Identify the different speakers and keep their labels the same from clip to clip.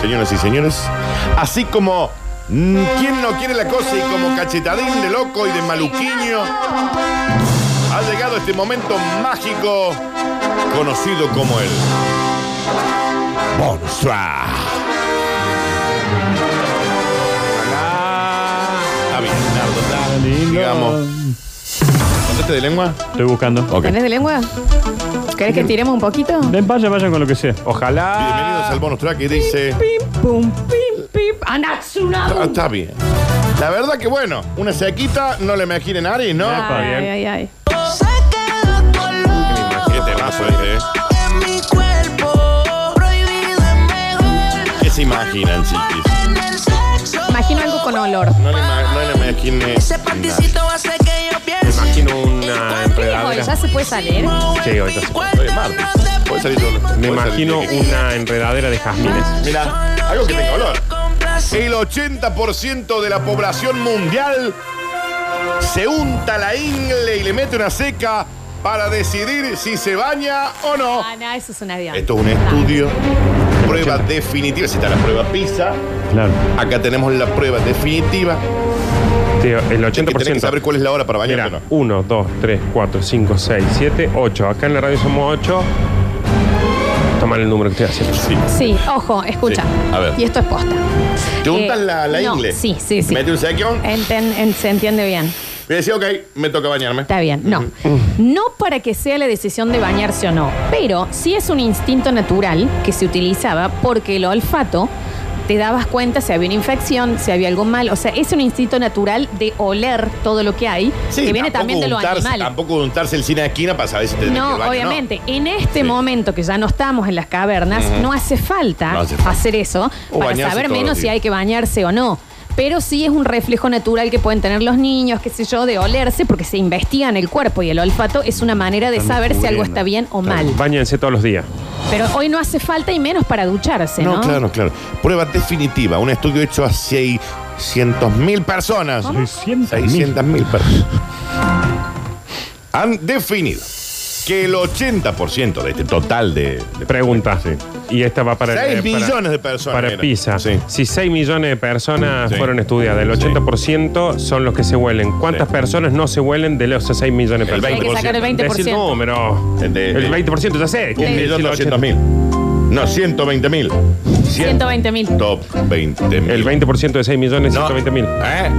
Speaker 1: señoras y señores. Así como mm, ¿Quién no quiere la cosa? Y como cachetadín de loco y de maluquiño. Ha llegado este momento mágico conocido como el Bonsoir. Está bien, Nardo, está. Digamos. ¿Contaste de lengua?
Speaker 2: Estoy buscando.
Speaker 1: Ok.
Speaker 3: ¿Tenés de lengua? ¿Querés que tiremos un poquito?
Speaker 2: Ven, vayan, vayan con lo que sea.
Speaker 1: Bienvenidos
Speaker 2: Ojalá.
Speaker 1: al bonus track y dice.
Speaker 3: Pim, pum, pim, pim. Anaxuna.
Speaker 1: Ah, está bien. La verdad que bueno, una sequita no le me gire nariz, ¿no?
Speaker 2: Epa.
Speaker 3: Ay,
Speaker 2: bien.
Speaker 3: ay, ay.
Speaker 4: Se quedó el color
Speaker 1: Qué temazo es, ¿eh?
Speaker 4: en mi cuerpo. Prohibido en mejor
Speaker 1: ¿Qué se imaginan, chiquis?
Speaker 4: en el sexo.
Speaker 3: Imagino algo con olor.
Speaker 1: No le, ima- no le imagine
Speaker 4: Ese
Speaker 1: nada.
Speaker 4: panticito hace que yo
Speaker 5: Me
Speaker 4: piense.
Speaker 5: imagino una
Speaker 3: ¿Qué dijo?
Speaker 5: enredadera.
Speaker 3: ¿Ya se puede salir?
Speaker 5: Sí, ahorita sí.
Speaker 1: Oye, Marta, puede salir solo.
Speaker 5: Me
Speaker 1: Puede
Speaker 5: imagino
Speaker 1: salir.
Speaker 5: una enredadera de jazmines.
Speaker 1: Mira, algo que tenga olor.
Speaker 4: Complace-
Speaker 1: El 80% de la población mundial se unta la ingle y le mete una seca para decidir si se baña o no.
Speaker 3: Ah, no, eso es un avión.
Speaker 1: Esto es un estudio, prueba definitiva. Si está la prueba PISA,
Speaker 2: Claro.
Speaker 1: acá tenemos la prueba definitiva.
Speaker 5: Tío, el
Speaker 1: Es que tenés que saber
Speaker 5: 80%.
Speaker 1: cuál es la hora para bañarte o
Speaker 5: Mira,
Speaker 1: no.
Speaker 5: 1, 2, 3, 4, 5, 6, 7, 8. Acá en la radio somos 8. Toma el número que estoy haciendo.
Speaker 1: Sí.
Speaker 3: Ah, Sí, ojo, escucha.
Speaker 1: Sí, a ver.
Speaker 3: Y esto es posta.
Speaker 1: ¿Te untas
Speaker 3: Eh,
Speaker 1: la, la
Speaker 3: no,
Speaker 1: ingle?
Speaker 3: sí, sí, sí.
Speaker 1: Mete un sequión
Speaker 3: Enten- en- se entiende bien.
Speaker 1: y decís, ok, me toca bañarme.
Speaker 3: Está bien, no. No para que sea la decisión de bañarse o no, pero sí es un instinto natural que se utilizaba porque el olfato te dabas cuenta si había una infección, si había algo mal. O sea, es un instinto natural de oler todo lo que hay, que viene
Speaker 1: tampoco
Speaker 3: también de lo
Speaker 1: untarse-
Speaker 3: animal.
Speaker 1: Tampoco untarse el cine de esquina para saber si te tenés que
Speaker 3: No,
Speaker 1: ir al baño, ¿no?
Speaker 3: obviamente. En este
Speaker 1: Sí.
Speaker 3: momento que ya no estamos en las cavernas, no hace falta
Speaker 1: No hace falta.
Speaker 3: hacer eso
Speaker 1: O
Speaker 3: para
Speaker 1: bañarse
Speaker 3: saber
Speaker 1: todos los
Speaker 3: menos si
Speaker 1: días.
Speaker 3: hay que bañarse o no. Pero sí es un reflejo natural que pueden tener los niños, qué sé yo, de olerse, porque se investigan el cuerpo y el olfato es una manera de saber si algo está bien o mal.
Speaker 5: Báñense todos los días.
Speaker 3: Pero hoy no hace falta y menos para ducharse, ¿no?
Speaker 1: No, claro, claro. Prueba definitiva. Un estudio hecho a 600.000 personas.
Speaker 2: 600
Speaker 1: 600.000 personas. Han definido que el 80% de este total de... de
Speaker 5: Pregunta. Y esta va para.
Speaker 1: 6
Speaker 5: eh, para-
Speaker 1: millones de personas.
Speaker 5: Para
Speaker 1: era.
Speaker 5: Pisa.
Speaker 1: Sí.
Speaker 5: Si 6 millones de personas
Speaker 1: Sí.
Speaker 5: fueron estudiadas, el 80% son los que se huelen. ¿Cuántas
Speaker 1: Sí.
Speaker 5: personas no se huelen de los 6 millones de
Speaker 1: El
Speaker 5: personas?
Speaker 3: Hay que sacar el 20%.
Speaker 5: Decí el número.
Speaker 1: De- de-
Speaker 5: el 20%, ya sé.
Speaker 1: Un
Speaker 5: ¿Quién dice
Speaker 1: millón
Speaker 5: el
Speaker 1: 200 mil. No, 120 mil.
Speaker 3: 120 mil.
Speaker 1: Top 20 mil.
Speaker 5: El 20% de 6 millones,
Speaker 1: No.
Speaker 5: 120 mil.
Speaker 1: ¿Eh?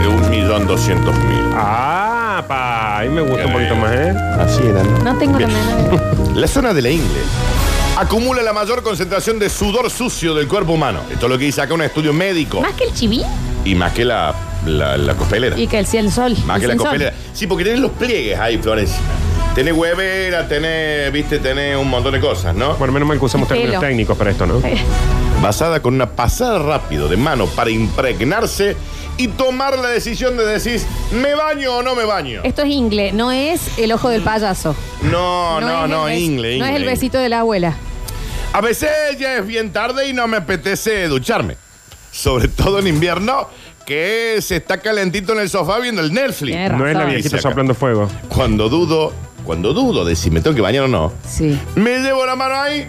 Speaker 1: De un millón doscientos mil.
Speaker 5: Ah, pa. Ahí me gusta un
Speaker 1: Qué
Speaker 5: poquito
Speaker 1: bien.
Speaker 5: más, ¿eh?
Speaker 1: Así eran.
Speaker 3: No tengo la
Speaker 1: Bien.
Speaker 3: menor idea.
Speaker 1: La zona de la ingle acumula la mayor concentración de sudor sucio del cuerpo humano. Esto es lo que dice acá un estudio médico.
Speaker 3: Más que el chiví
Speaker 1: Y más que la, la, la copelera.
Speaker 3: y que el cielo sol.
Speaker 1: Más
Speaker 3: el
Speaker 1: que la
Speaker 3: sin sol.
Speaker 1: copelera. Sí, porque tenés los pliegues ahí, Florencia. Tenés huevera, tenés, viste, tenés un montón de cosas, ¿no?
Speaker 5: Bueno, menos mal que usamos
Speaker 3: Pelo.
Speaker 5: términos técnicos para esto, ¿no?
Speaker 1: basada con una pasada rápido de mano para impregnarse y tomar la decisión de decir, ¿me baño o no me baño?
Speaker 3: Esto es ingle, no es el ojo del payaso.
Speaker 1: No, no,
Speaker 3: es el
Speaker 1: no,
Speaker 3: bes-
Speaker 1: ingle, ingle,
Speaker 3: No es el
Speaker 1: ingle.
Speaker 3: besito de la abuela.
Speaker 1: A veces ya es bien tarde y no me apetece ducharme. Sobre todo en invierno, que se está calentito en el sofá viendo el Netflix.
Speaker 3: Tiene
Speaker 5: No es la
Speaker 3: razón.
Speaker 1: vieja. Dice
Speaker 5: viejita
Speaker 1: acá.
Speaker 5: soplando fuego.
Speaker 1: Cuando dudo, cuando dudo de si me tengo que bañar o no,
Speaker 3: Sí.
Speaker 1: me llevo la mano ahí,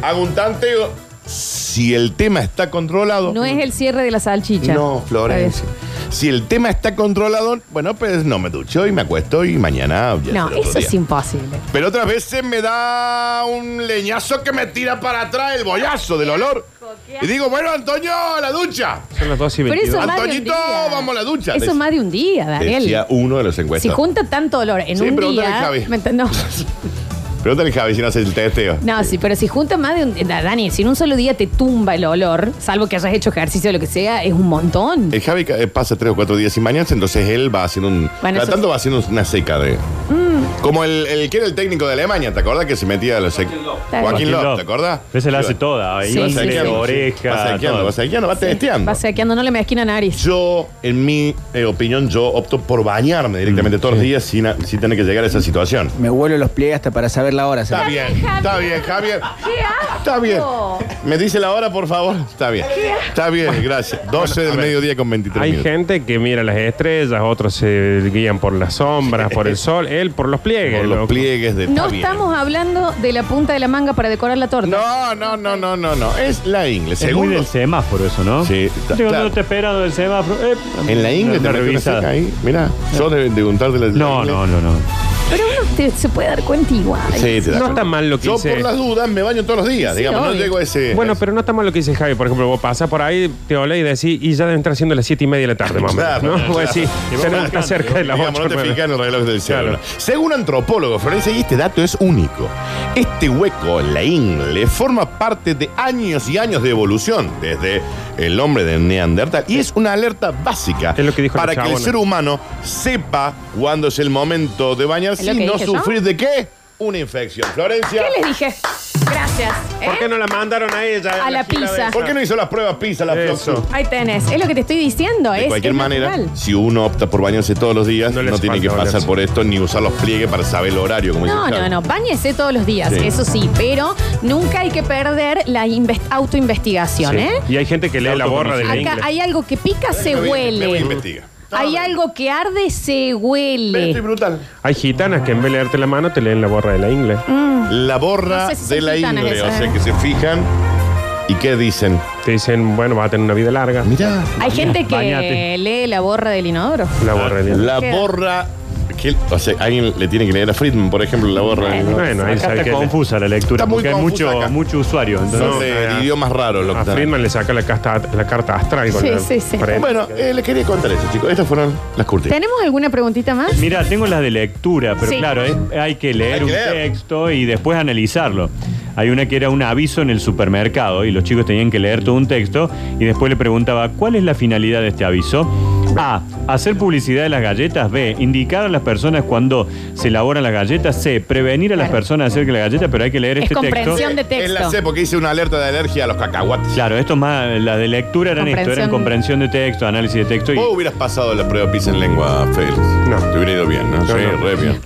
Speaker 1: hago un tanteo. Si el tema está controlado.
Speaker 3: No es el cierre de la salchicha.
Speaker 1: No, Florencia. Si el tema está controlado, bueno, pues no me ducho y me acuesto y mañana ya
Speaker 3: No,
Speaker 1: será otro
Speaker 3: eso
Speaker 1: día.
Speaker 3: es imposible.
Speaker 1: Pero otras veces me da un leñazo que me tira para atrás el bollazo del olor. Y digo, bueno, Antonio, a la ducha.
Speaker 5: Son las 2 y
Speaker 3: Pero
Speaker 5: 22.
Speaker 3: eso es más de un
Speaker 1: Antoñito,
Speaker 3: día.
Speaker 1: vamos a la ducha.
Speaker 3: Eso es más de un día, Daniel.
Speaker 1: Decía uno de los
Speaker 3: Si
Speaker 1: encuestados.
Speaker 3: junta tanto olor en
Speaker 1: Sí,
Speaker 3: un
Speaker 1: pregúntale
Speaker 3: día.
Speaker 1: a Javi.
Speaker 3: ¿me ent- no.
Speaker 1: Pregúntale, Javi, si no hace el testeo.
Speaker 3: No, sí, pero si junta más de un eh, Dani, si en un solo día te tumba el olor, salvo que hayas hecho ejercicio o lo que sea, es un montón.
Speaker 1: El Javi eh, pasa tres o cuatro días sin bañarse, entonces él va haciendo un.
Speaker 3: Bueno,
Speaker 1: cada
Speaker 3: eso Mm.
Speaker 1: tanto va haciendo una seca de. Como el, el que era el técnico de Alemania, ¿te acordás que se metía a los sec-
Speaker 3: Tal
Speaker 1: Joaquín
Speaker 3: cual.
Speaker 1: Love, ¿te acordás?
Speaker 2: Ese la hace
Speaker 1: Iba-
Speaker 2: toda. Ahí,
Speaker 3: Sí,
Speaker 2: sí,
Speaker 3: sí,
Speaker 1: sequeando,
Speaker 3: sí.
Speaker 1: Va
Speaker 2: oreja.
Speaker 1: sequeando,
Speaker 2: todo.
Speaker 1: va sequeando, va testeando.
Speaker 3: Va sequeando, no le me esquina nariz.
Speaker 1: Yo, en mi eh, opinión, yo opto por bañarme directamente
Speaker 5: Mm,
Speaker 1: todos los días sin, a- sin tener que llegar a esa situación.
Speaker 6: Me vuelo los pliegues hasta para saber la hora.
Speaker 1: Está
Speaker 6: ¿sabes?
Speaker 1: bien, está bien, Javier.
Speaker 3: ¡Qué asco!
Speaker 1: Está bien. ¿Me dice la hora, por favor? Está bien. Está bien, gracias. 12 del mediodía con 23
Speaker 5: Hay
Speaker 1: minutos.
Speaker 5: gente que mira las estrellas, otros se guían por las sombras, por el sol, él por los
Speaker 2: pliegues.
Speaker 1: Por los
Speaker 2: loco.
Speaker 1: pliegues de
Speaker 3: No
Speaker 1: está bien.
Speaker 3: estamos hablando de la punta de la manga para decorar la torta.
Speaker 1: No, no, no, no, no, no. Es la ingle.
Speaker 2: Es muy
Speaker 1: Según
Speaker 2: del
Speaker 1: los-
Speaker 2: semáforo eso, ¿no?
Speaker 1: Sí, ta-
Speaker 2: Digo,
Speaker 1: claro.
Speaker 2: no te esperando del semáforo. Eh,
Speaker 1: En la ingle
Speaker 2: una
Speaker 1: te metes la
Speaker 2: revisada.
Speaker 1: ceja ahí. Mirá, sos de, de untarte la
Speaker 2: No,
Speaker 1: la
Speaker 2: no,
Speaker 1: ingle.
Speaker 2: no, no.
Speaker 3: Pero uno te- se puede dar cuenta igual.
Speaker 1: Sí, te das
Speaker 5: No
Speaker 1: cuenta.
Speaker 5: está mal lo que
Speaker 1: Yo
Speaker 5: hice.
Speaker 1: por las dudas me baño todos los días,
Speaker 3: Sí,
Speaker 1: digamos, no
Speaker 3: obvio.
Speaker 1: llego a ese. a
Speaker 5: Bueno,
Speaker 1: ese-
Speaker 5: pero no está mal lo que dice Javi. Por ejemplo, vos pasás por ahí, te olés y decís, y ya deben estar siendo las 7 y media de la tarde, más o menos,
Speaker 1: Claro,
Speaker 5: ¿no?
Speaker 1: claro.
Speaker 5: Vos decís,
Speaker 2: Y vos
Speaker 5: tenemos que estar
Speaker 2: marcando,
Speaker 5: cerca de las
Speaker 1: Digamos,
Speaker 5: 8
Speaker 1: no te fijas en el reloj del celular.
Speaker 5: Claro.
Speaker 1: Según antropólogo Florencia, y este dato es único, este hueco en la ingle forma parte de años y años de evolución desde el hombre de Neandertal y es una alerta básica
Speaker 5: Es lo que dijo la
Speaker 1: para que el
Speaker 5: chabona.
Speaker 1: ser humano sepa cuándo es el momento de bañarse
Speaker 3: Es lo
Speaker 1: y
Speaker 3: que
Speaker 1: no
Speaker 3: dije yo.
Speaker 1: sufrir de qué? Una infección. Florencia,
Speaker 3: ¿Qué les dije? Gracias. ¿eh?
Speaker 5: ¿Por qué no la mandaron a ella? en
Speaker 3: A la
Speaker 5: gira
Speaker 3: pizza.
Speaker 5: de esa?
Speaker 1: ¿por qué no hizo las pruebas PISA, la
Speaker 5: Eso.
Speaker 1: Floxu?
Speaker 3: Ahí tenés. Es lo que te estoy diciendo.
Speaker 1: De
Speaker 3: es,
Speaker 1: cualquier
Speaker 3: es
Speaker 1: manera,
Speaker 3: natural.
Speaker 1: si uno opta por bañarse todos los días,
Speaker 5: No
Speaker 1: no,
Speaker 5: le hace
Speaker 1: tiene
Speaker 5: falta
Speaker 1: que pasar
Speaker 5: bañarse.
Speaker 1: por esto ni usar los pliegues para saber el horario. Como
Speaker 3: No,
Speaker 1: dice
Speaker 3: no,
Speaker 1: Javi.
Speaker 3: no. Báñese todos los días,
Speaker 1: Sí.
Speaker 3: eso sí. Pero nunca hay que perder la inves- autoinvestigación,
Speaker 5: Sí.
Speaker 3: ¿eh?
Speaker 5: Y hay gente que lee la borra de la
Speaker 3: Acá
Speaker 5: ingle.
Speaker 3: hay algo que pica, se
Speaker 1: Me voy a- me voy a
Speaker 3: huele.
Speaker 1: investigar.
Speaker 3: Hay algo que arde, se huele.
Speaker 1: brutal.
Speaker 5: Hay gitanas que en vez de leerte la mano, te leen la borra de la ingle.
Speaker 3: Mm.
Speaker 1: La borra
Speaker 3: No sé si
Speaker 1: de
Speaker 3: son
Speaker 1: la
Speaker 3: gitanas
Speaker 1: ingle, o
Speaker 3: esas,
Speaker 1: sea
Speaker 3: ¿eh?
Speaker 1: que se fijan y qué dicen. Ah,
Speaker 5: Te dicen, bueno, vas a tener una vida larga.
Speaker 1: Mirá,
Speaker 3: Hay gente que
Speaker 2: Bañate.
Speaker 3: lee la borra del inodoro.
Speaker 5: La borra de la ingle.
Speaker 1: la
Speaker 3: ¿Qué?
Speaker 1: borra. que- o sea, alguien le tiene que leer a Friedman, por ejemplo, la borra. del ingle.
Speaker 5: Bueno, ahí
Speaker 2: Acá
Speaker 5: sabe
Speaker 2: está
Speaker 5: que...
Speaker 2: confusa la lectura
Speaker 1: Está muy
Speaker 2: porque hay
Speaker 1: confusa
Speaker 2: mucho,
Speaker 1: acá.
Speaker 2: mucho usuario. entonces-
Speaker 1: Son de
Speaker 5: No,
Speaker 1: eh,
Speaker 5: no.
Speaker 1: idiomas raros lo que
Speaker 5: A
Speaker 1: están.
Speaker 5: Friedman le saca la, casta- la carta astral con
Speaker 3: Sí,
Speaker 5: la
Speaker 3: sí, sí.
Speaker 5: frente.
Speaker 1: Bueno, eh, les quería contar eso, chicos. Estas fueron las curtidas.
Speaker 3: ¿Tenemos alguna preguntita más?
Speaker 2: Mira, tengo las de lectura, pero
Speaker 3: Sí.
Speaker 2: claro, es- hay que leer
Speaker 1: Hay que
Speaker 2: un
Speaker 1: leer.
Speaker 2: texto y después analizarlo. Hay una que era un aviso en el supermercado y los chicos tenían que leer todo un texto y después le preguntaba, ¿cuál es la finalidad de este aviso? A. Hacer publicidad de las galletas. B. Indicar a las personas cuando se elaboran las galletas. C. Prevenir a las personas acerca de las galletas, pero hay que leer
Speaker 3: Es
Speaker 2: este texto.
Speaker 3: comprensión. de texto.
Speaker 1: Eh, En la C, porque hice una alerta de alergia a los cacahuates.
Speaker 2: Claro, esto es más, las de lectura eran esto, eran
Speaker 3: Comprensión.
Speaker 2: comprensión de texto, análisis de texto y
Speaker 1: Vos hubieras pasado la prueba PISA en lengua, Félix.
Speaker 5: No.
Speaker 1: Te hubiera ido bien, ¿no?
Speaker 5: No,
Speaker 1: sí,
Speaker 5: no.
Speaker 1: re bien.